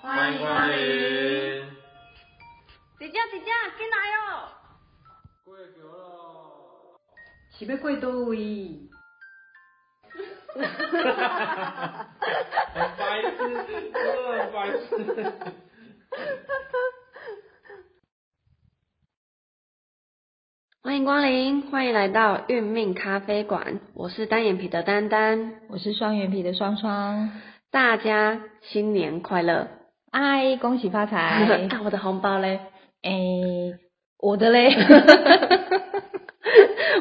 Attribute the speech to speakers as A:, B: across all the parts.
A: 欢迎光临。
B: 姐姐姐姐，进来哟、哦。
C: 过桥咯。
D: 是要过倒位？
C: 哈哈哈！很白痴，真的很白痴。
B: 欢迎光临，欢迎来到运命咖啡馆。我是单眼皮的丹丹，
D: 我是双眼皮的双双。
B: 大家新年快乐！
D: 哎，恭喜 发 财！
B: 那我的红包嘞？
D: 哎、欸，我的 嘞。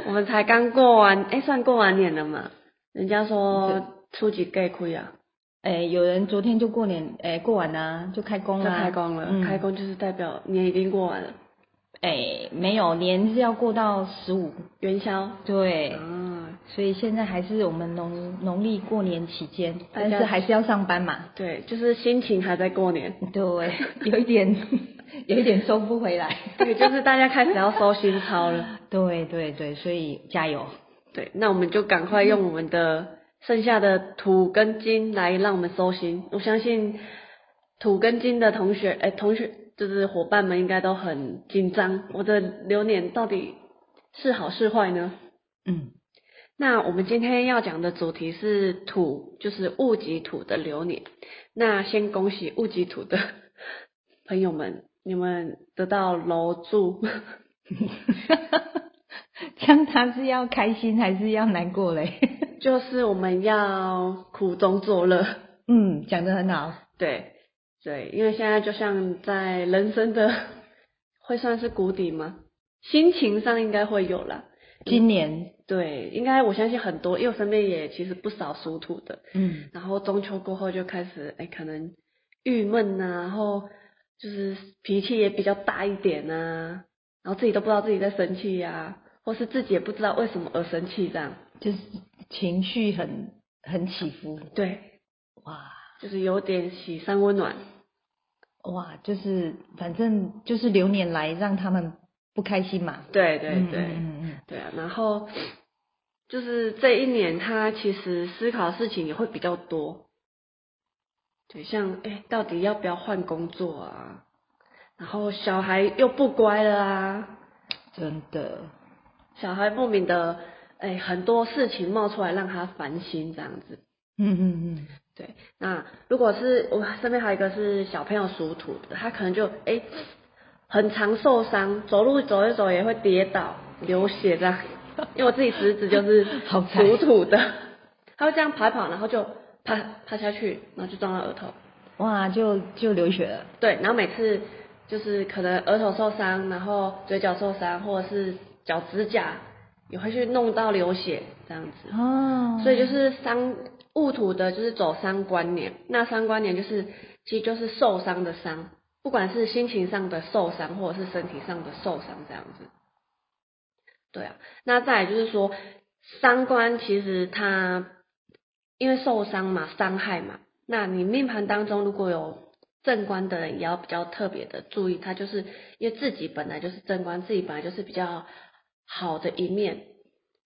B: 我们才刚过完，哎、欸，算过完年了嘛？人家说初几盖亏啊？
D: 哎、欸，有人昨天就过年，哎，过完啦、啊，就开工了、啊。
B: 就开工了，嗯、开工就是代表年已经过完了。
D: 哎，没有年是要过到十五
B: 元宵，啊
D: 对，嗯，所以现在还是我们农农历过年期间，但是还是要上班 嘛，
B: 对，就是心情还在过年，
D: 对，有一点有一点收不回 来，
B: 对，就是大家开始要收心操了，
D: 对对对，所以加油，
B: 对，那我们就赶快用我们的剩下的土跟金来让我们收心，我相信土跟金的同学，哎，同学。就是伙伴们应该都很紧张，我的流年到底是好是坏呢？
D: 嗯，
B: 那我们今天要讲的主题是土，就是戊己土的流年。那先恭喜戊己土的 朋友们，你们得到楼住。
D: 这样他是要开心还是要难过嘞？
B: 就是我们要苦中作乐。
D: 嗯，讲的很好。
B: 对。对，因为现在就像在人生的，会算是谷底吗？心情上应该会有啦。嗯
D: 今年
B: 对，应该我相信很多，因为我身边也其实不少属土的，
D: 嗯，
B: 然后中秋过后就开始，哎，可能郁闷呐、啊，然后就是脾气也比较大一点呐、啊，然后自己都不知道自己在生气呀、啊，或是自己也不知道为什么而生气，这样
D: 就是情绪很很起伏。
B: 对，
D: 哇。
B: 就是有点喜三温暖，
D: 哇，就是反正就是流年来让他们不开心嘛。
B: 对对对，
D: 嗯嗯
B: 对啊。然后就是这一年他其实思考事情也会比较多，对，像哎、欸、到底要不要换工作啊？然后小孩又不乖了啊，
D: 真的，
B: 小孩莫名的哎、欸、很多事情冒出来让他烦心这样子。
D: 嗯嗯嗯。
B: 对，那如果是我身边还有一个是小朋友属土的，他可能就哎、欸，很常受伤，走路走一走也会跌倒、流血这样。因为我自己侄子就是属土的，他会这样跑跑，然后就趴趴下去，然后就撞到额头，
D: 哇，就就流血了。
B: 对，然后每次就是可能额头受伤，然后嘴角受伤，或者是脚指甲也会去弄到流血这样子。
D: 哦，
B: 所以就是伤。戊土的就是走伤官年，那伤官年就是其实就是受伤的伤，不管是心情上的受伤，或者是身体上的受伤这样子。对啊，那再就是说，伤官其实它因为受伤嘛，伤害嘛，那你命盘当中如果有正官的人，也要比较特别的注意，他就是因为自己本来就是正官，自己本来就是比较好的一面。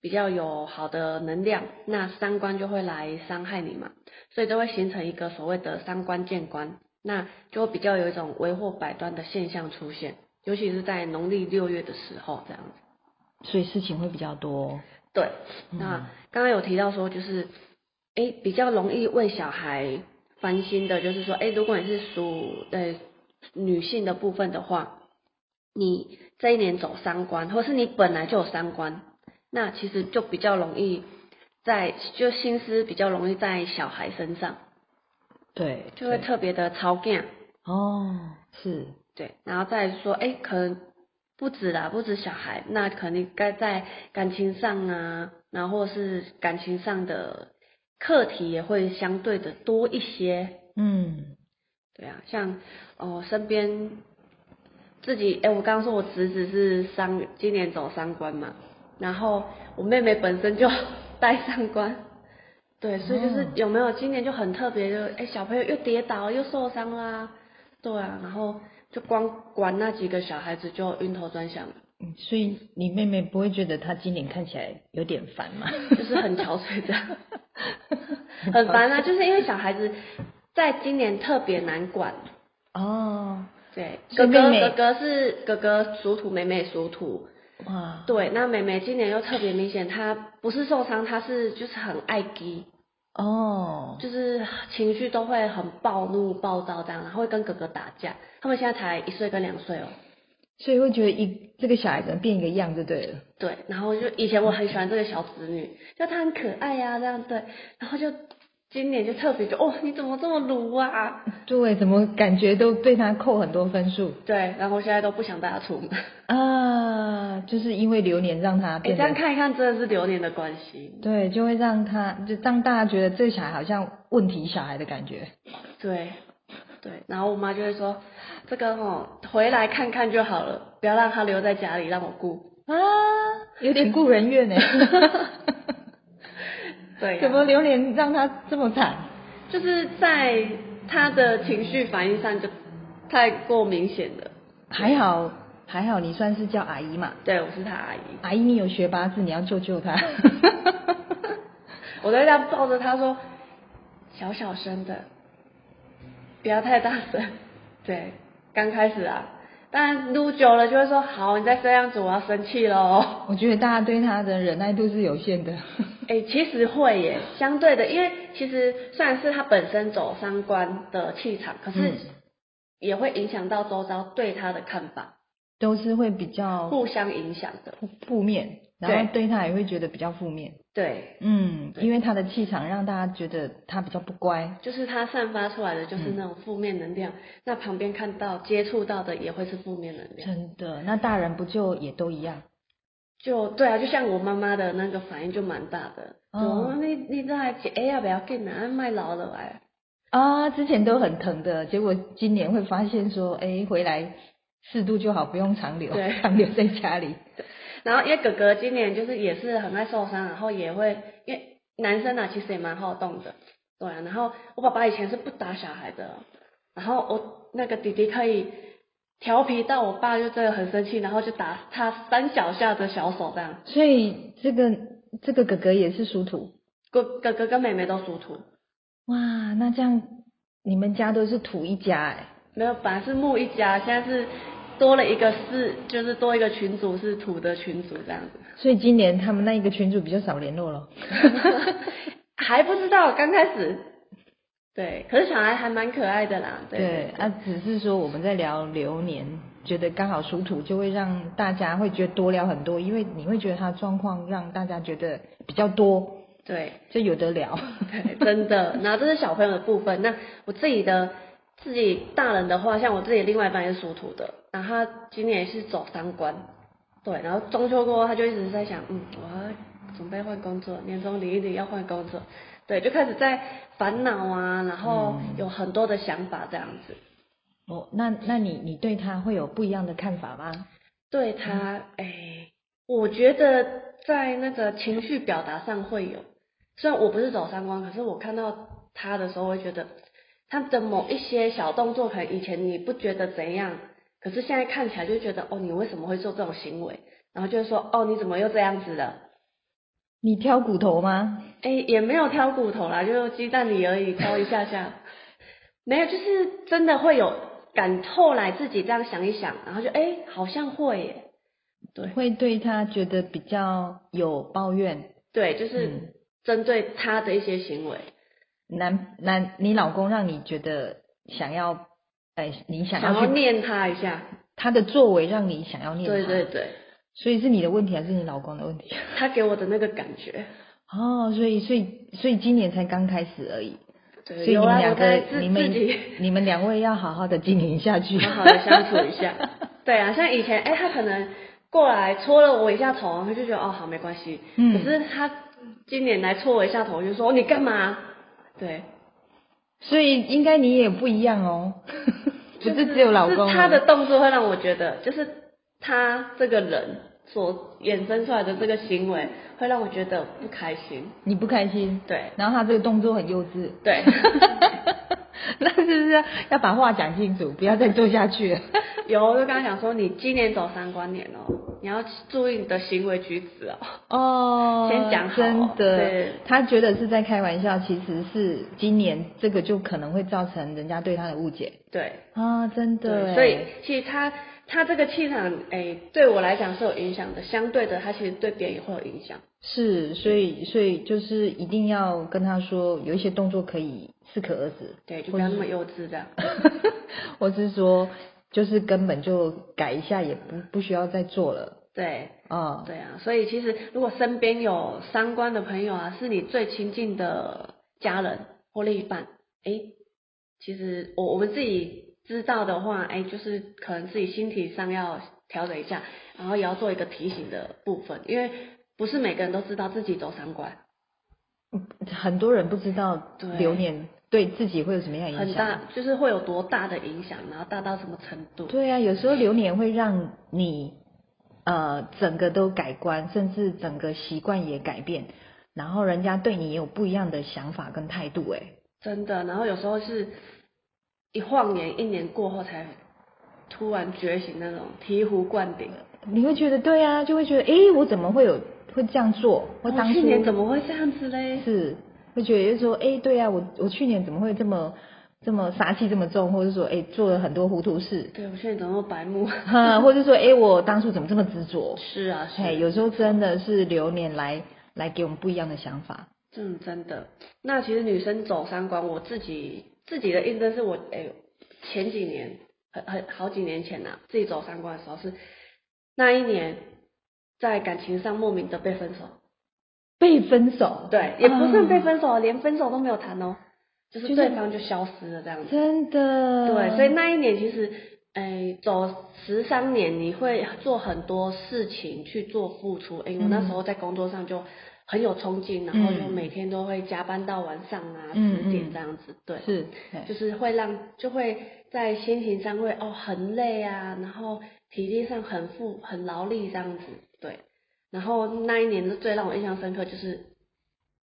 B: 比较有好的能量，那三官就会来伤害你嘛，所以就会形成一个所谓的三官见官，那就会比较有一种为祸百端的现象出现，尤其是在农历六月的时候这样
D: 子，所以事情会比较多。
B: 对，那刚刚有提到说，就是哎、欸、比较容易为小孩烦心的，就是说哎、欸，如果你是属呃女性的部分的话，你这一年走三官，或是你本来就有三官。那其实就比较容易在，就心思比较容易在小孩身上，
D: 对，
B: 就会特别的操干。
D: 哦，是，
B: 对，然后再说，哎，可能不止啦，不止小孩，那可能该在感情上啊，然后是感情上的课题也会相对的多一些。
D: 嗯，
B: 对啊，像哦、呃、身边自己，哎，我刚刚说我侄子是三，今年走三关嘛。然后我妹妹本身就 带上官，对，所以就是有没有今年就很特别，就哎小朋友又跌倒又受伤啦、啊，对啊，然后就光管那几个小孩子就晕头转向了。
D: 嗯，所以你妹妹不会觉得她今年看起来有点烦吗？
B: 就是很憔悴的，很烦啊，就是因为小孩子在今年特别难管，
D: 哦，
B: 对，
D: 所
B: 哥
D: 以
B: 哥
D: 妹妹
B: 哥哥是哥哥属土，妹妹属土。
D: 哇，
B: 对，那妹妹今年又特别明显，她不是受伤，她是就是很爱激，
D: 哦，
B: 就是情绪都会很暴怒、暴躁这样，然后会跟哥哥打架。他们现在才一岁跟两岁哦。
D: 所以会觉得一这个小孩怎么变一个样就对了。
B: 对，然后就以前我很喜欢这个小子女，就她很可爱呀、这样对，然后就今年就特别就哦，你怎么这么鲁啊？
D: 对，怎么感觉都对他扣很多分数
B: 对，然后现在都不想带她出门。
D: 啊？就是因为流年让他
B: 哎，
D: 变
B: 这
D: 得
B: 样看一看，真的是流年的关系。
D: 对，就会让他就让大家觉得这个小孩好像问题小孩的感觉。
B: 对，对，然后我妈就会说，这个哦，回来看看就好了，不要让她留在家里，让我顾。
D: 啊，有点故人怨欸呢。
B: 对、啊，
D: 怎么榴莲让他这么惨？
B: 就是在她的情绪反应上就太过明显了。
D: 还好还好，你算是叫阿姨嘛。
B: 对，我是她阿姨，
D: 阿姨，你有学八字，你要救救 他。
B: 我都会这样抱着她说，小小声的，不要太大声。对，刚开始啊，当然撸久了就会说，好，你再这样子，我要生气喽。
D: 我觉得大家对他的忍耐度是有限的。
B: 哎、其实会耶，相对的，因为其实虽然是他本身走三观的气场，可是
D: 嗯
B: 也会影响到周遭对他的看法，
D: 都是会比较
B: 互相影响的。
D: 负负面，然后对他也会觉得比较负面。
B: 对，
D: 嗯，因为他的气场让大家觉得他比较不乖。
B: 就是他散发出来的就是那种负面能量，那旁边看到、接触到的也会是负面能量。
D: 真的，那大人不就也都一样？
B: 就对啊，就像我妈妈的那个反应就蛮大的，就
D: 哦
B: 你你这还哎呀不要紧啊，卖老了哎，
D: 啊，之前都很疼的，结果今年会发现说，哎，回来适度就好，不用长留，
B: 对
D: 长留在家 里。
B: 然后因为哥哥今年就是也是很爱受伤，然后也会因为男生啊其实也蛮好动的，对啊。然后我爸爸以前是不打小孩的，然后我那个弟弟可以调皮到我爸就真的很生气，然后就打他三小下的小手这样。
D: 所以这个这个哥哥也是属土，
B: 哥哥哥跟妹妹都属土，
D: 哇，那这样你们家都是土一家哎、
B: 没有本来是木一家，现在是多了一个是就是多一个群组是土的群组这样子。
D: 所以今年他们那一个群主比较少联络了。
B: 还不知道刚开始，对，可是小孩还蛮可爱的啦，对
D: 对啊，只是说我们在聊流年，觉得刚好属土，就会让大家会觉得多聊很多，因为你会觉得他的状况让大家觉得比较多，
B: 对
D: 就有得聊。
B: 对，真的。然后这是小朋友的部分。那我自己的自己大人的话，像我自己另外一半也是属土的，然后他今年也是走三关，对，然后中秋过后他就一直在想，嗯，我要准备换工作，年终领一领要换工作，对，就开始在烦恼啊，然后有很多的想法这样子。
D: 哦，那那你你对他会有不一样的看法吗？
B: 对他，哎、我觉得在那个情绪表达上会有。虽然我不是走三观，可是我看到他的时候，会觉得他的某一些小动作，可能以前你不觉得怎样，可是现在看起来就觉得，哦，你为什么会做这种行为？然后就会说，哦，你怎么又这样子了？
D: 你挑骨头吗？
B: 哎，也没有挑骨头啦，就鸡蛋里而已，挑一下下。 没有，就是真的会有感，后来自己这样想一想，然后就哎，好像会耶。对
D: 会对他觉得比较有抱怨，
B: 对，就是
D: 嗯
B: 针对他的一些行为，
D: 男男，你老公让你觉得想要，哎，你想
B: 想
D: 要
B: 要
D: 去
B: 念他一下。
D: 他的作为让你想要念他，
B: 对对，对，
D: 所以是你的问题还是你老公的问题？
B: 他给我的那个感 觉。
D: 哦，所以所以所以今年才刚开始而已，所
B: 对，
D: 以你
B: 有
D: 们
B: 啦，
D: 两
B: 我在
D: 个
B: 自
D: 你
B: 自
D: 们
B: 己
D: 你们两位要好好的经营下去，
B: 好好的相处一下。对啊，像以前，哎，他可能过来搓了我一下头，他就觉得哦好没关系。
D: 嗯
B: 可是他今年来搓我一下头，我就说哦你干嘛？对，
D: 所以应该你也不一 样哦，不是只有老公哦、
B: 是他的动作会让我觉得，就是他这个人所衍生出来的这个行为，会让我觉得不开心。
D: 你不开心，
B: 对
D: 然后他这个动作很幼稚，
B: 对。
D: 那是不是要把话讲清楚，不要再做下去了？
B: 有，我就跟他讲说，你今年走三观年哦，你要注意你的行为举止哦。
D: 哦，
B: 先讲好
D: 真的
B: 对，
D: 他觉得是在开玩笑，其实是今年这个就可能会造成人家对他的误解
B: 对，
D: 啊，真的欸，
B: 所以其实他他这个气场，哎，对我来讲是有影响的，相对的，他其实对别人也会有影响。
D: 是，所以所以就是一定要跟他说，有一些动作可以适可而止，
B: 对，就不要那么幼稚这样。
D: 或是说就是根本就改一下，也不不需要再做了
B: 对，
D: 啊。
B: 对啊，所以其实如果身边有三观的朋友啊，是你最亲近的家人或另一半，哎，其实我我们自己知道的话，哎，就是可能自己心体上要调整一下，然后也要做一个提醒的部分，因为不是每个人都知道自己走三观，
D: 很多人不知道
B: 对
D: 流年对自己会有什么样的
B: 很
D: 影响
B: 大。就是会有多大的影响，然后大到什么程度？
D: 对啊，有时候流年会让你呃整个都改观，甚至整个习惯也改变，然后人家对你也有不一样的想法跟态度。哎，
B: 真的，然后有时候是一晃眼，一年过后才突然觉醒那种醍醐灌顶。
D: 你会觉得对啊，就会觉得诶，我怎么会有会这样做？我
B: 我
D: 当
B: 哦
D: 初
B: 去年怎么会这样子嘞？
D: 是会觉得就说，哎、对啊，我我去年怎么会这么这么杀气这么重，或者说，哎、做了很多糊涂 事，
B: 对，我去年怎么那么白目？
D: 哈，或者说，哎、我当初怎么这么执着？
B: 是啊， 是
D: 哎，有时候真的是流年来来给我们不一样的想法。
B: 嗯，真的。那其实女生走三关，我自己自己的印证是我哎、前几年很很好几年前呐、啊自己走三关的时候是那一年在感情上莫名的被分手，
D: 被分手，
B: 对，也不算被
D: 啊
B: 分手，连分手都没有谈哦，就是
D: 就是
B: 对方就消失了这样子。
D: 真的，
B: 对，所以那一年其实，哎，走十三年，你会做很多事情去做付出。哎，我那时候在工作上就很有冲劲，然后就每天都会加班到晚上啊
D: 嗯
B: 十点
D: 嗯
B: 这样子。对，
D: 是，哎
B: 就是会让就会在心情上会哦很累啊，然后体力上很负很劳力这样子，对。然后那一年的最让我印象深刻就是，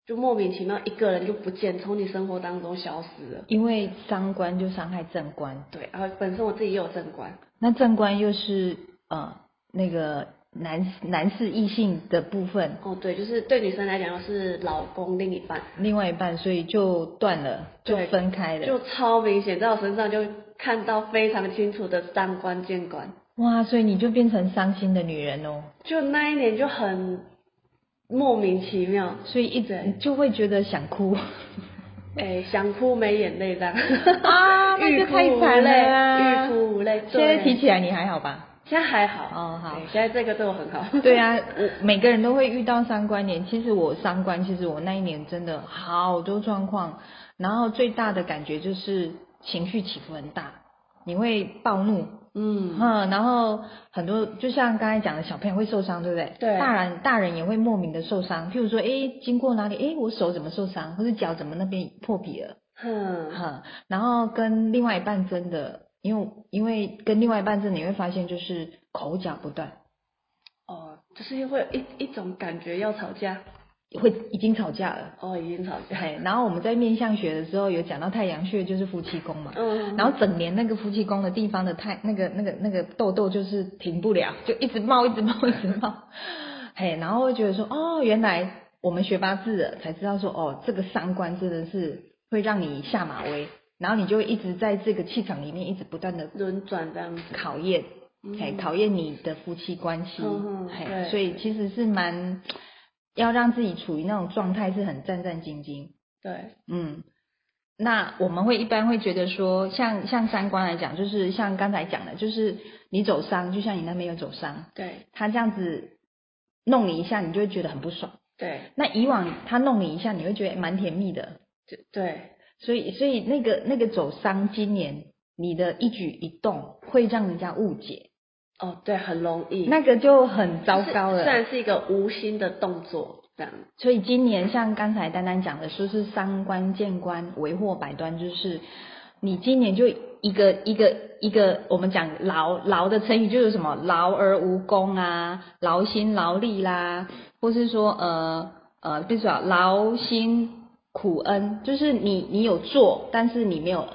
B: 就莫名其妙一个人就不见，从你生活当中消失了。
D: 因为伤官就伤害正官，
B: 对，然后本身我自己也有正观，
D: 那正官又是呃那个男男士异性的部分，
B: 哦对，就是对女生来讲是老公另一半，
D: 另外一半，所以就断了，就
B: 对
D: 分开了，
B: 就超明显，在我身上就看到非常清楚的三观见观。
D: 哇，所以你就变成伤心的女人哦，
B: 就那一年就很莫名其妙，
D: 所以一
B: 对
D: 直就会觉得想哭。
B: 哎、想哭没眼泪这样，
D: 啊那
B: 欲
D: 就
B: 哭
D: 太
B: 无
D: 惨了
B: 泪
D: 啊
B: 欲哭无泪。
D: 现在
B: 对
D: 提起来你还好吧？
B: 现在还好
D: 哦好
B: 对现在这个对我很好。
D: 对啊，我每个人都会遇到三关年。其实我三关，其实我那一年真的好多状况，然后最大的感觉就是情绪起伏很大，你会暴怒，
B: 嗯，
D: 嗯，然后很多就像刚才讲的，小朋友会受伤，对不对？
B: 对
D: 大人大人也会莫名的受伤，譬如说，诶，经过哪里，诶，我手怎么受伤，或是脚怎么那边破皮了，
B: 哼，
D: 哈、然后跟另外一半真的，因为因为跟另外一半真的，你会发现就是口角不断，
B: 哦，就是会有一一种感觉要吵架，
D: 会已经吵架了。
B: 哦，已经吵架，
D: 哎，然后我们在面相学的时候有讲到太阳穴就是夫妻宫嘛，
B: 嗯，
D: 然后整年那个夫妻宫的地方的太那个那个那个痘痘就是停不了，就一直冒一直冒一直冒，嘿，然后会觉得说哦，原来我们学八字的才知道说哦，这个三观真的是会让你下马威，然后你就一直在这个气场里面一直不断的
B: 轮转这样子，
D: 考验，嘿，
B: 嗯
D: 考验你的夫妻关系
B: 嗯嗯，
D: 嘿，
B: 对
D: 所以其实是蛮要让自己处于那种状态是很战战兢兢，
B: 对，
D: 嗯，那我们会一般会觉得说，像像三观来讲，就是像刚才讲的，就是你走伤，就像你那边有走伤，
B: 对
D: 他这样子弄你一下，你就会觉得很不爽。
B: 对
D: 那以往他弄你一下，你会觉得蛮甜蜜的。
B: 对对，
D: 所以所以那个那个走伤，今年你的一举一动会让人家误解，
B: 哦对，很容易，
D: 那个就很糟
B: 是
D: 糕了。
B: 虽然是一个无心的动作，这样，
D: 所以今年像刚才丹丹讲的，说是三观见官，为祸百端，就是你今年就一个一个一个，我们讲劳劳的成语就是什么劳而无功啊，劳心劳力啦，或是说呃呃，比如说劳心苦恩，就是你你有做，但是你没有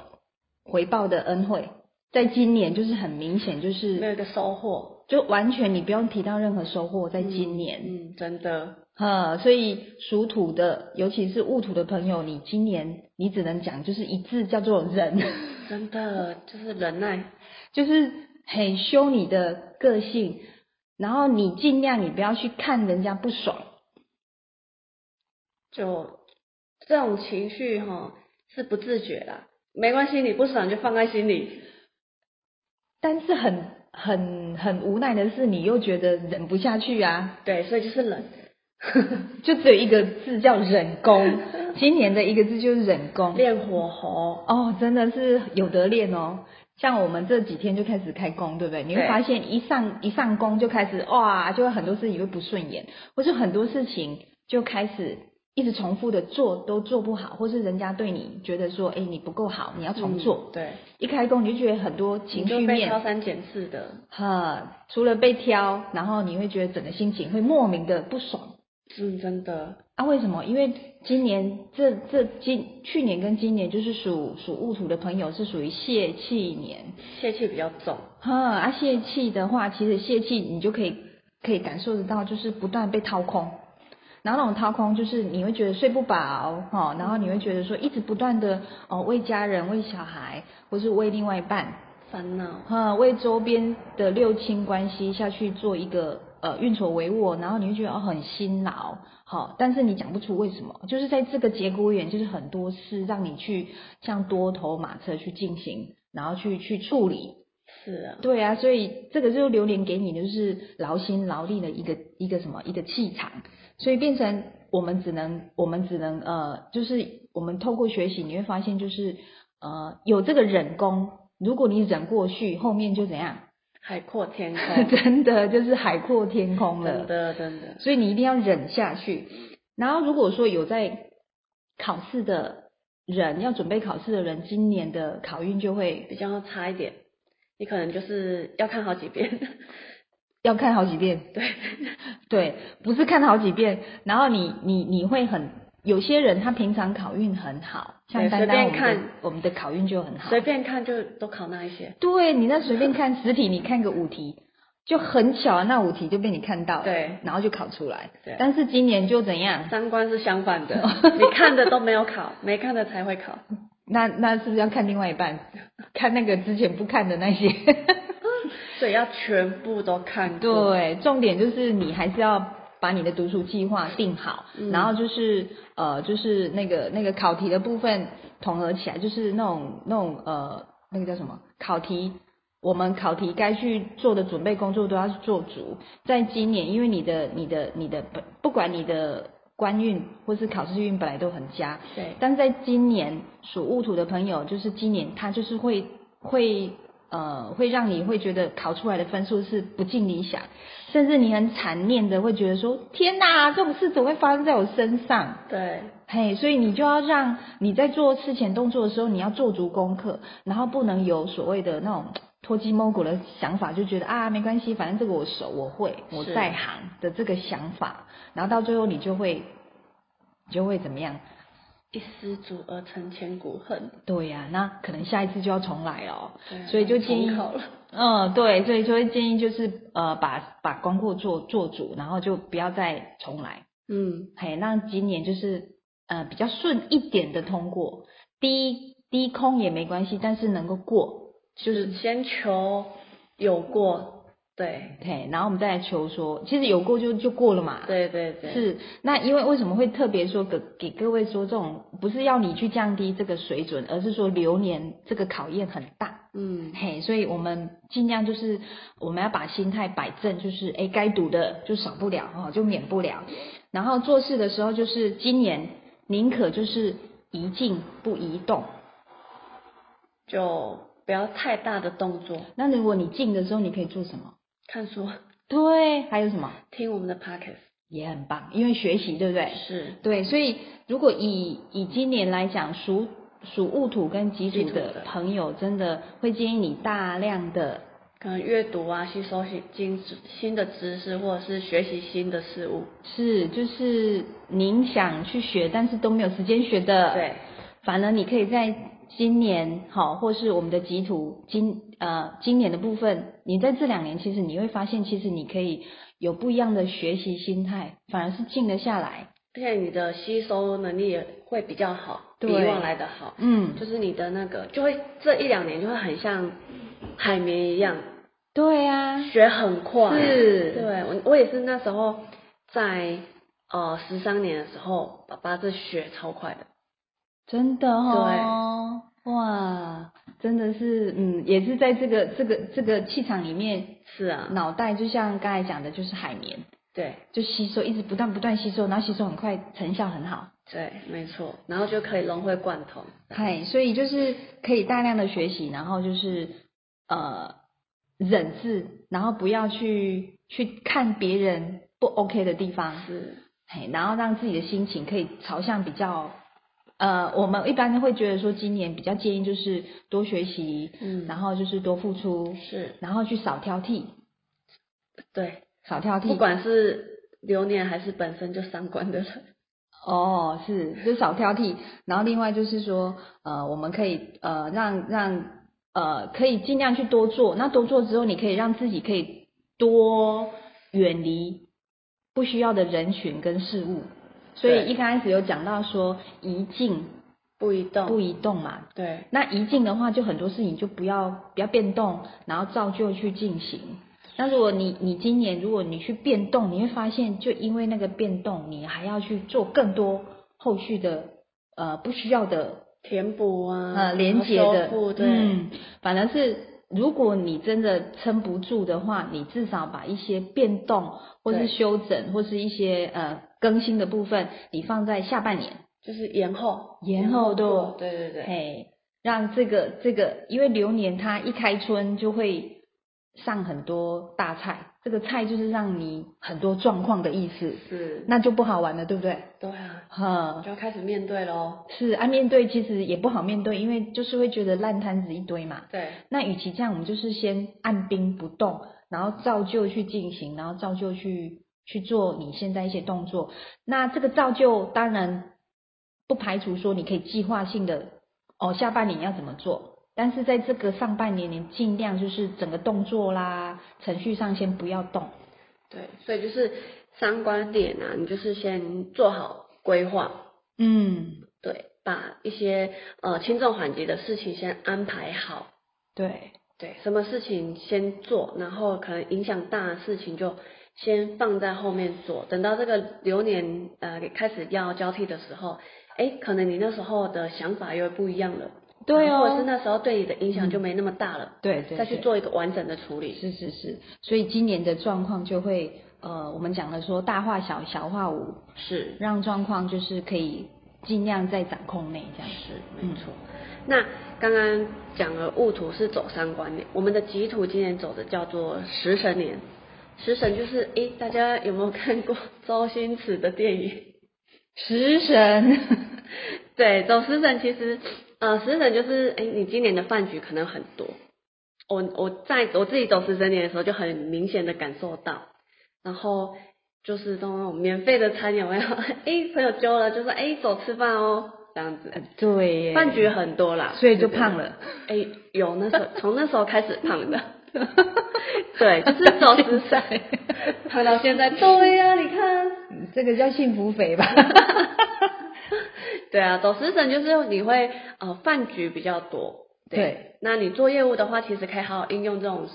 D: 回报的恩惠，在今年就是很明显，就是
B: 没有一个收获，
D: 就完全你不用提到任何收获，在今年，
B: 嗯，真的，
D: 呃，所以属土的，尤其是戊土的朋友，你今年你只能讲就是一字叫做忍，
B: 真的就是忍耐，
D: 就是很修你的个性，然后你尽量你不要去看人家不爽，
B: 就这种情绪哈是不自觉啦，没关系，你不爽就放在心里，
D: 但是很很很无奈的是，你又觉得忍不下去啊，
B: 对，所以就是忍，
D: 就只有一个字叫忍功。今年的一个字就是忍功
B: 练火候，
D: 哦，真的是有得练哦。像我们这几天就开始开工，对不对？你会
B: 对
D: 发现一上一上工就开始哇，就会很多事情会不顺眼，或是很多事情就开始一直重复的做，都做不好，或是人家对你觉得说，哎，你不够好，你要重做。
B: 嗯对，
D: 一开工你就觉得很多情
B: 你就
D: 绪
B: 被
D: 面
B: 挑三拣四的，
D: 哈，除了被挑，然后你会觉得整个心情会莫名的不爽
B: 嗯，真的，
D: 啊？为什么？因为今年这这今去年跟今年就是属属戊土的朋友是属于泄气年，
B: 泄气比较重，
D: 哈啊泄气的话，其实泄气你就可以可以感受得到，就是不断被掏空。然后那种掏空，就是你会觉得睡不饱哈、哦，然后你会觉得说一直不断的哦为家人、为小孩，或是为另外一半，
B: 烦恼，
D: 呃，为周边的六亲关系下去做一个呃运筹帷幄，然后你会觉得哦很辛劳，好，但是你讲不出为什么，就是在这个节骨眼，就是很多事让你去像多头马车去进行，然后去去处理。
B: 是啊，
D: 对啊，所以这个就是榴莲给你的就是劳心劳力的一个一个什么一个气场，所以变成我们只能我们只能呃，就是我们透过学习你会发现就是呃有这个忍功，如果你忍过去，后面就 怎样，哎
B: 海阔天 空，
D: 真的就是海阔天空了。
B: 真的真的，
D: 所以你一定要忍下去。然后如果说有在考试的人，要准备考试的人，今年的考运就会
B: 比较差一点，你可能就是要看好几遍，
D: 要看好几遍。
B: 对，
D: 对，不是看好几遍，然后你你你会很。有些人他平常考运很好，像
B: 对
D: 丹
B: 随便
D: 丹我们的
B: 看
D: 我们的考运就很好。
B: 随便看就都考那一些，
D: 对你那随便看实体，你看个五题，就很巧啊，那五题就被你看到了，
B: 对，
D: 然后就考出来。
B: 对
D: 但是今年就怎样？
B: 三观是相反的，你看的都没有考，没看的才会考，
D: 那那是不是要看另外一半？ 看那个之前不看的那些。
B: 所以要全部都看过，
D: 对，重点就是你还是要把你的读书计划定好，然后就是呃，就是那个那个考题的部分统合起来，就是那种那种呃，那个叫什么考题。我们考题该去做的准备工作都要做足。在今年，因为你的、你的、你的本，不管你的官运或是考试运本来都很佳，
B: 对
D: 但在今年属戊土的朋友，就是今年他就是会会呃会让你会觉得考出来的分数是不尽理想，甚至你很惨念的会觉得说天哪，这种事怎么会发生在我身上？
B: 对
D: 嘿，所以你就要让你在做事前动作的时候，你要做足功课，然后不能有所谓的那种脱鸡摸狗的想法，就觉得啊没关系，反正这个我熟，我会，我
B: 是
D: 在行的这个想法，然后到最后你就会你就会怎么样？
B: 一失足而成千古恨，
D: 对呀、那可能下一次就要重来了哦、
B: 对啊
D: 所以就建议
B: 重考了，
D: 嗯，对，所以就会建议就是呃，把把功课做做足，然后就不要再重来，
B: 嗯，
D: 嘿，让今年就是呃比较顺一点的通过，低低空也没关系，但是能够过，
B: 就是先求有过，对
D: 嘿，然后我们再来求说，其实有过就就过了嘛，
B: 对对对，
D: 是，那因为为什么会特别说给给各位说这种，不是要你去降低这个水准，而是说流年这个考验很大，
B: 嗯，
D: 嘿，所以我们尽量就是我们要把心态摆正，就是哎该读的就少不了哈、哦，就免不了。然后做事的时候，就是今年宁可就是一静不移动。
B: 就不要太大的动作，
D: 那如果你静的时候，你可以做什么？
B: 看书，
D: 对，还有什么
B: 听我们的 podcast，
D: 也很棒，因为学习对不对？
B: 是
D: 对，所以如果以以今年来讲，属属戊土跟己
B: 己
D: 土
B: 土
D: 的
B: 的
D: 朋友，真的会建议你大量的
B: 可能阅读啊，吸收新新新的知识，或者是学习新的事物，
D: 是，就是您想去学，但是都没有时间学的。
B: 呃对，
D: 反而你可以在今年好，或是我们的集图今呃今年的部分，你在这两年其实你会发现，其实你可以有不一样的学习心态，反而是静得下来。
B: 而且你的吸收能力也会比较好，比
D: 对
B: 以往来的好。
D: 嗯，
B: 就是你的那个，就会这一两年就会很像海绵一样，
D: 对啊，
B: 学很快。
D: 是
B: 对我我也是那时候在呃十三年的时候，爸爸是学超快的。
D: 真的哦，哇，真的是，嗯，也是在这个这个这个气场里面，
B: 是啊，
D: 脑袋就像刚才讲的，就是海绵，
B: 对
D: 就吸收，一直不断不断吸收，然后吸收很快，成效很好。
B: 对，没错，然后就可以融会贯通。
D: 嗨，所以就是可以大量的学习，然后就是呃忍字，然后不要去去看别人不 OK 的地方，
B: 是，
D: 嘿，然后让自己的心情可以朝向比较，呃，我们一般会觉得说今年比较建议就是多学习，
B: 嗯
D: 然后就是多付出，
B: 是，
D: 然后去少挑剔，
B: 对，
D: 少挑剔，
B: 不管是流年还是本身就三观的人，
D: 哦，是，就少挑剔。然后另外就是说，呃，我们可以呃让让呃可以尽量去多做。那多做之后，你可以让自己可以多远离不需要的人群跟事物。所
B: 对
D: 以一开始有讲到说一静
B: 不移动，
D: 不移动嘛。
B: 对，
D: 那一静的话，就很多事情就不要不要变动，然后照旧去进行。那如果你你今年如果你去变动，你会发现，就因为那个变动，你还要去做更多后续的呃不需要的
B: 填补啊，
D: 呃连接的
B: 然后修，复对，
D: 嗯，反而是如果你真的撑不住的话，你至少把一些变动或是
B: 对
D: 修整或是一些呃更新的部分，你放在下半年，
B: 就是延后，
D: 延后的
B: 做对对对，
D: 嘿，让这个这个，因为流年它一开春就会上很多大菜，这个菜就是让你很多状况的意思，
B: 是，
D: 那就不好玩了，对不对？
B: 对啊，
D: 哈，
B: 就要开始面对喽，
D: 是啊，面对其实也不好面对，因为就是会觉得烂摊子一堆嘛。
B: 对，
D: 那与其这样，我们就是先按兵不动，然后照旧去进行，然后照旧去去做你现在一些动作。那这个照旧当然不排除说你可以计划性的哦，下半年要怎么做。但是在这个上半年，你尽量就是整个动作啦、程序上先不要动。
B: 对，所以就是三观点啊，你就是先做好规划，
D: 嗯，
B: 对，把一些呃轻重缓急的事情先安排好，
D: 对，
B: 对，什么事情先做，然后可能影响大的事情就先放在后面做，等到这个流年呃开始要交替的时候，哎，可能你那时候的想法又不一样了，
D: 对
B: 或者是
D: 哦，嗯
B: 那时候对你的影响就没那么大了，
D: 对对，
B: 再去
D: 对
B: 做一个完整的处理。
D: 是是是，所以今年的状况就会，呃，我们讲的说大化小，小化无，
B: 是，
D: 让状况就是可以尽量在掌控内这样子。
B: 是没错。那刚刚讲了戊土是走三观年，我们的己土今年走的叫做食神年。食神就是，诶，大家有没有看过 周星驰的电影？
D: 食神，
B: 对，走食神其实，呃，食神就是，诶，你今年的饭局可能很多。我我在我自己走食神年的时候，就很明显的感受到，然后就是都那种免费的餐有没 有？诶，朋友揪了就说，诶，走吃饭哦，这样子。
D: 对耶，
B: 饭局很多啦，
D: 呃所以就胖了。
B: 哎、有那时候从那时候开始胖 的，对，就是走时赛，胖到现在。对呀、你看，
D: 嗯这个叫幸福肥吧？
B: 对啊，走时辰就是你会呃饭局比较多，
D: 对
B: 那你做业务的话，其实可以好好应用这种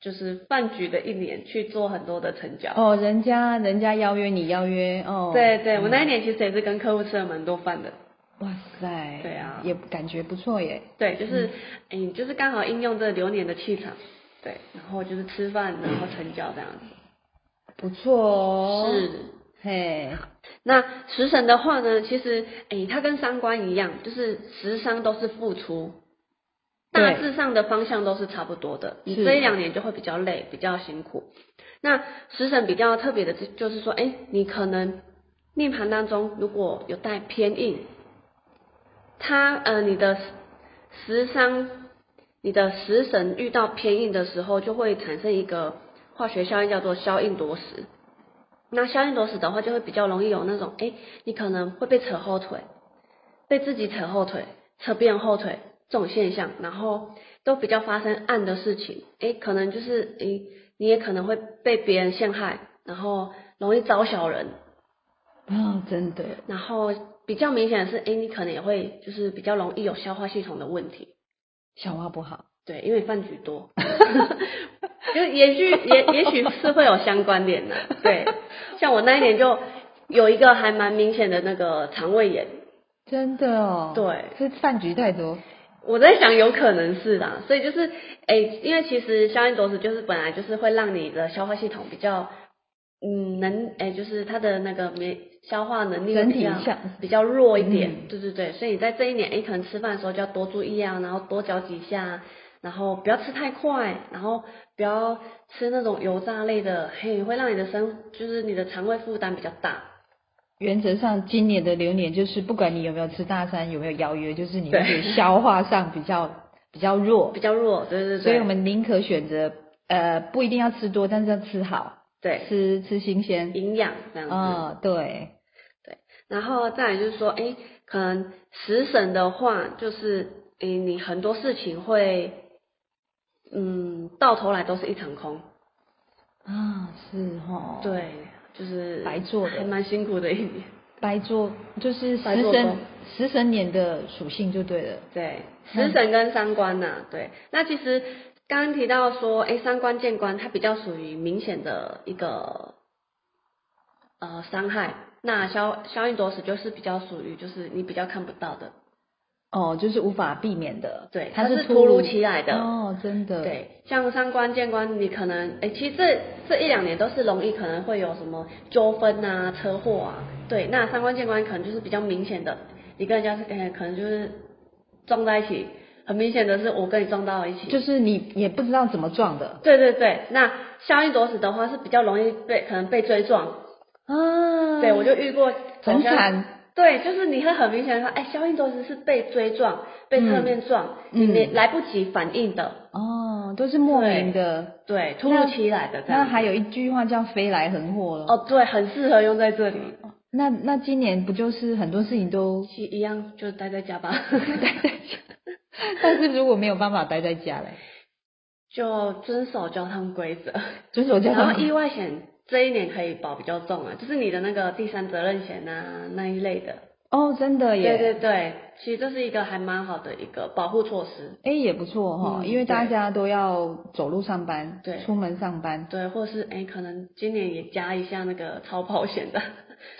B: 就是饭局的一年去做很多的成交。
D: 哦，人家人家邀约你邀约哦，
B: 对对，我那一年其实也是跟客户吃了蛮多饭的，
D: 哇塞，
B: 对啊
D: 也感觉不错耶。
B: 对，就是哎、就是刚好应用这流年的气场，对，然后就是吃饭，然后成交这样子，
D: 不错哦，
B: 是。
D: 嘿，
B: 那食神的话呢，其实诶，它跟三观一样，就是食伤都是付出，大
D: 对
B: 致上的方向都是差不多的。你
D: 是
B: 这一两年就会比较累，比较辛苦。那食神比较特别的，就就是说，诶，你可能命盘当中如果有带偏硬，它呃你的食伤，你的食神遇到偏硬的时候，就会产生一个化学效应，叫做消应夺食。那消应夺食的话，就会比较容易有那种，哎，你可能会被扯后腿，被自己扯后腿，扯别人后腿这种现象，然后都比较发生暗的事情，诶，可能就是诶，你也可能会被别人陷害，然后容易招小人，
D: 啊，真的，
B: 然后比较明显的是，诶，你可能也会就是比较容易有消化系统的问题，
D: 消化不好，
B: 对，因为饭局多， 就也许也也许是会有相关联的。对，像我那一年就有一个还蛮明显的那个肠胃炎，
D: 真的哦，
B: 对
D: 是饭局太多，
B: 我在想有可能是啦，所以就是诶，因为其实消炎夺食就是本来就是会让你的消化系统比较，嗯，能诶，就是它的那个免消化能力会
D: 整
B: 比
D: 体
B: 较
D: 上
B: 比较弱一点，
D: 嗯
B: 对对对，所以你在这一年诶，可能吃饭的时候就要多注意啊，然后多嚼几下，然后不要吃太快，然后不要吃那种油炸类的，嘿，会让你的身就是你的肠胃负担比较大，
D: 原则上，今年的流年就是，不管你有没有吃大餐，有没有邀约，就是你
B: 对
D: 会消化上比较比较弱
B: 比，较弱，对对对，
D: 所以我们宁可选择呃，不一定要吃多，但是要吃好，
B: 对
D: 吃吃新鲜。
B: 营养这样子。
D: 嗯，对，
B: 然后再来就是说，哎，可能食神的话，就是哎，诶你很多事情会，嗯，到头来都是一场空。
D: 啊，是哦，，
B: 对，就是
D: 白做的
B: 还蛮辛苦的一年。
D: 白做就是
B: 白
D: 食
B: 做
D: 神
B: 工
D: 食神年的属性就对了，
B: 对，食神跟三观呐、对。那其实刚刚提到说，哎，三观见官，它比较属于明显的一个呃伤害。那消消运夺食就是比较属于就是你比较看不到的，
D: 哦，就是无法避免的，
B: 对
D: 它
B: 它
D: 是
B: 是突如其来的
D: 哦，真的，，
B: 对，像三观、见官，你可能，哎、其实这这一两年都是容易可能会有什么纠纷啊、车祸啊，对，那三观、见官可能就是比较明显的，你跟人家是，哎、可能就是撞在一起，很明显的是我跟你撞到一起，
D: 就是你也不知道怎么撞的
B: 对对对，那效应夺死的话是比较容易被可能被追撞，
D: 啊，
B: 对我就遇过
D: 很
B: 走向
D: 惨，
B: 对，就是你会很明显的说，哎、消应夺食是被追撞、被侧面撞，
D: 嗯
B: 你
D: 嗯
B: 没来不及反应的，
D: 哦，都是莫名的。
B: 对，突如其来的这样
D: 那
B: 子。
D: 还有一句话叫“飞来横祸”了。
B: 哦，对，很适合用在这里。
D: 那那今年不就是很多事情都，
B: 其实一样就待在家 吧，
D: 但是如果没有办法待在家嘞，
B: 就遵守交通规则。
D: 遵守交
B: 然后
D: 通
B: 意外险这一年可以保比较重啊，就是你的那个第三责任险啊那一类的。
D: 哦，真的耶，
B: 对对对，其实这是一个还蛮好的一个保护措施。
D: 哎也不错哈、
B: 嗯
D: 因为大家都要走路上班，
B: 对
D: 出门上班，
B: 对，或是哎，可能今年也加一下那个超跑险的。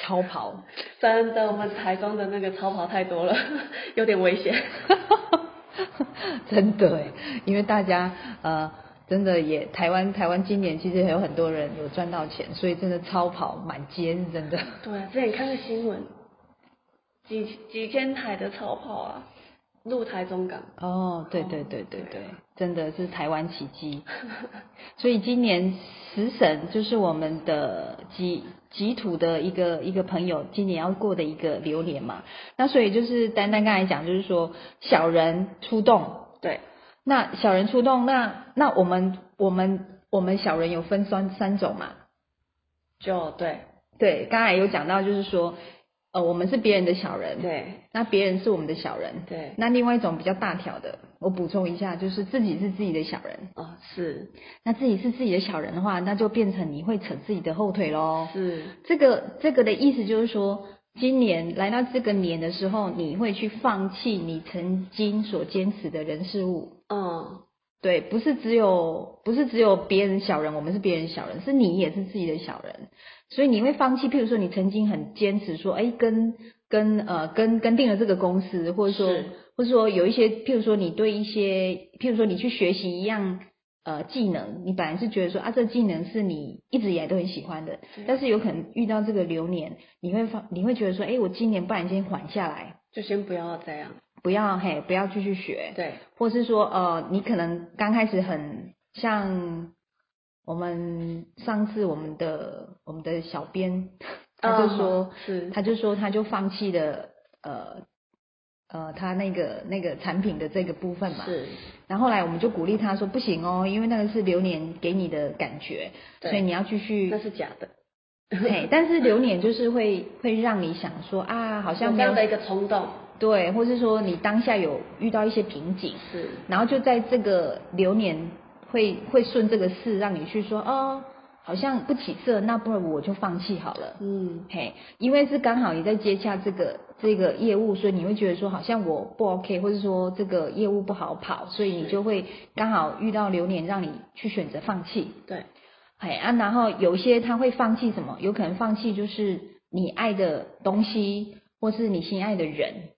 D: 超跑，
B: 真的，我们台中的那个超跑太多了， 有点危险。
D: 真的哎，因为大家呃真的也台湾台湾今年其实有很多人有赚到钱，所以真的超跑满街是真的。
B: 对啊，之前看个新闻，几几千台的超跑啊，入台中港。
D: 哦，对对对对对，真的是台湾奇 迹。所以今年食神就是我们的己己土的一个一个朋友，今年要过的一个流年嘛。那所以就是丹丹刚才讲，就是说小人出动，
B: 对，
D: 那小人出动，那那我们我们我们小人有分三三种嘛？
B: 就对
D: 对，刚才有讲到，就是说，呃，我们是别人的小人，
B: 对
D: 那别人是我们的小人，
B: 对
D: 那另外一种比较大条的，我补充一下，就是自己是自己的小人。
B: 哦，是
D: 那自己是自己的小人的话，那就变成你会扯自己的后腿喽。
B: 是，
D: 这个这个的意思就是说，今年来到这个年的时候，你会去放弃你曾经所坚持的人事物。
B: 嗯，
D: 对，不是只有不是只有别人小人，我们是别人小人，是你也是自己的小人，所以你会放弃。譬如说，你曾经很坚持说，哎，跟跟呃跟跟定了这个公司，或者说
B: 是
D: 或者说有一些，譬如说你对一些，譬如说你去学习一样呃技能，你本来是觉得说啊，这技能是你一直以来都很喜欢的，但是有可能遇到这个流年，你会放你会觉得说，哎，我今年不然先缓下来，
B: 就先不要这样。
D: 不要嘿，不要继续学，
B: 对，
D: 或是说呃，你可能刚开始很像我们上次我们的我们的小编，他就
B: 嗯
D: 说、
B: 是
D: 他就说他就放弃了呃呃他那个那个产品的这个部分嘛，
B: 是，
D: 然后后来我们就鼓励他说不行哦，因为那个是流年给你的感觉，
B: 对
D: 所以你要继续
B: 那是假的，
D: 对，但是流年就是会会让你想说啊，好
B: 有
D: 像
B: 这
D: 没有
B: 样的一个冲动。
D: 对，或是说你当下有遇到一些瓶颈，
B: 是
D: 然后就在这个流年会会顺这个势，让你去说哦，好像不起色，那不如我就放弃好了。
B: 嗯
D: 嘿，因为是刚好你在接洽这个这个业务，所以你会觉得说好像我不 OK，或者说这个业务不好跑，所以你就会刚好遇到流年让你去选择放弃。
B: 对，
D: 嘿啊，然后有一些他会放弃什么？有可能放弃就是你爱的东西，或是你心爱的人。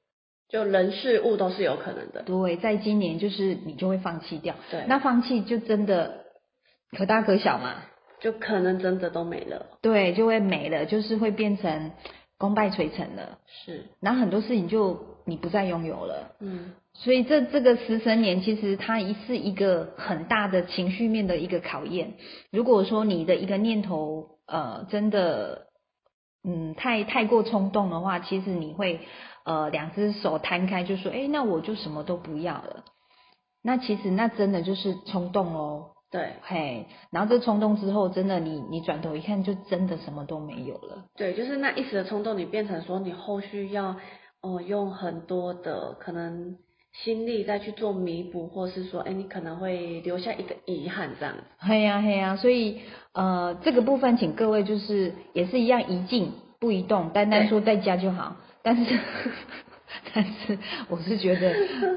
B: 就人事物都是有可能的。
D: 对，在今年就是你就会放弃掉。
B: 对，
D: 那放弃就真的可大可小嘛。
B: 就可能真的都没了。
D: 对，就会没了，就是会变成功败垂成了。
B: 是，
D: 然后很多事情就你不再拥有了。
B: 嗯，
D: 所以这这个食神年其实它一是一个很大的情绪面的一个考验。如果说你的一个念头呃真的嗯太太过冲动的话，其实你会呃两只手摊开就说，哎，那我就什么都不要了。那其实那真的就是冲动哦，
B: 对
D: 嘿。然后这冲动之后，真的你你转头一看，就真的什么都没有了。
B: 对，就是那一时的冲动，你变成说你后续要哦、呃用很多的可能心力再去做弥补，或是说，哎，你可能会留下一个遗憾这样子。
D: 嘿呀、嘿呀、所以呃，这个部分请各位就是也是一样一静不移动，单单
B: 对
D: 说在家就好。但是 但是我是觉得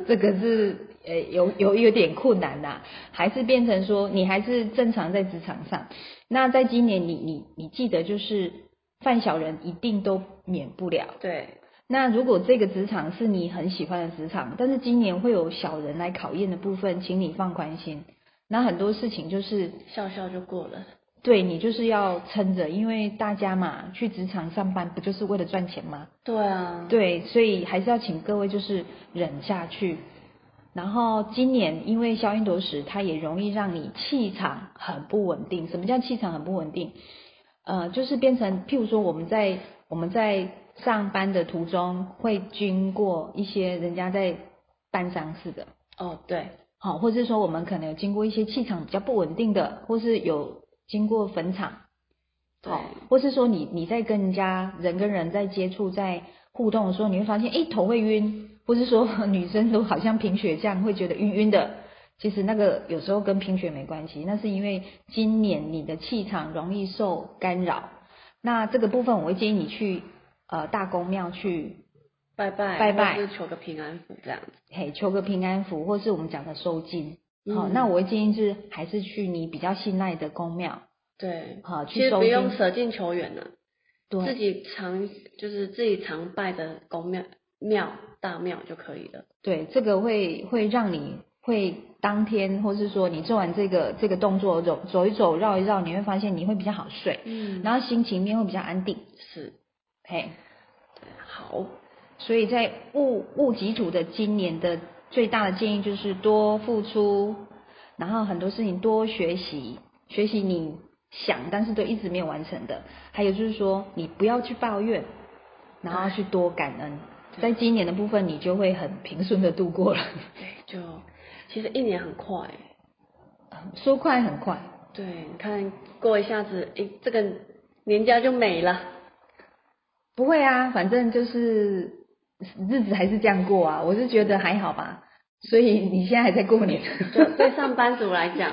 D: 这个是呃有有有点困难呐、还是变成说你还是正常在职场上。那在今年你你你记得就是犯小人一定都免不了。
B: 对，
D: 那如果这个职场是你很喜欢的职场，但是今年会有小人来考验的部分，请你放宽心。那很多事情就是
B: 笑笑就过了。
D: 对你就是要撑着，因为大家嘛去职场上班不就是为了赚钱吗？
B: 对啊，
D: 对，所以还是要请各位就是忍下去。然后今年因为消音夺食，它也容易让你气场很不稳定。什么叫气场很不稳定？呃，就是变成譬如说我们在我们在上班的途中会经过一些人家在办丧事的，
B: 哦对，
D: 好、或者说我们可能有经过一些气场比较不稳定的，或是有经过坟场，
B: 对
D: 好，哦或是说你你在跟人家人跟人在接触在互动的时候，你会发现，哎，头会晕，或是说 女生都好像贫血这样会觉得晕晕的。其实那个有时候跟贫血没关系，那是因为今年你的气场容易受干扰。那这个部分我会建议你去呃大公庙去
B: 拜拜
D: 拜拜
B: 或是求个平安符这样子。
D: 嘿，求个平安符，或是我们讲的收金。
B: 嗯
D: 好、那我会建议是还是去你比较信赖的公庙，
B: 对，
D: 好
B: 其
D: 去
B: 实
D: 收
B: 不用
D: 金。
B: 舍近求远了，自
D: 对
B: 己常就是自己常拜的公庙庙大庙就可以了。
D: 对，这个会会让你会当天，或是说你做完这个这个动作，走走一走，绕一绕，你会发现你会比较好睡，
B: 嗯
D: 然后心情面会比较安定。
B: 是
D: 嘿，
B: 好，
D: 所以在物物基础的今年的最大的建议就是多付出，然后很多事情多学习，学习你想但是都一直没有完成的，还有就是说你不要去抱怨，然后去多感恩，在今年的部分你就会很平顺的度过了，
B: 对，就其实一年很快欸，
D: 说快很快。
B: 对，你看过一下子，诶，这个年假就没 了。
D: 不会啊，反正就是日子还是这样过啊，我是觉得还好吧。所以你现在还在过年，
B: 就对上班族来讲，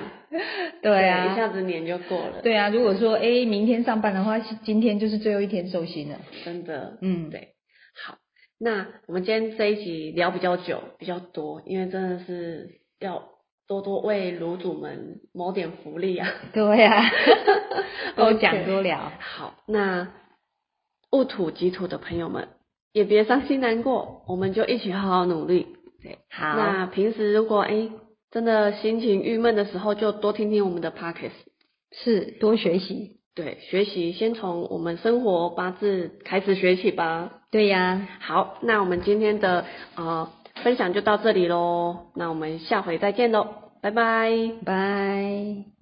D: 对啊，
B: 一下子年就过了，
D: 对啊，如果说哎，明天上班的话，今天就是最后一天收心了。
B: 真的。
D: 嗯，
B: 对好，那我们今天这一集聊比较久，比较多，因为真的是要多多为卤主们谋点福利啊。
D: 对 啊，多
B: OK
D: 讲多聊。
B: 好，那戊土己土的朋友们也别伤心难过，我们就一起好好努力。对，
D: 好，
B: 那平时如果哎、诶真的心情郁闷的时候，就多听听我们的 podcast。
D: 是多学习。
B: 对，学习先从我们生活八字开始学起吧。
D: 对呀、
B: 好，那我们今天的呃分享就到这里喽，那我们下回再见喽，拜拜。
D: 拜。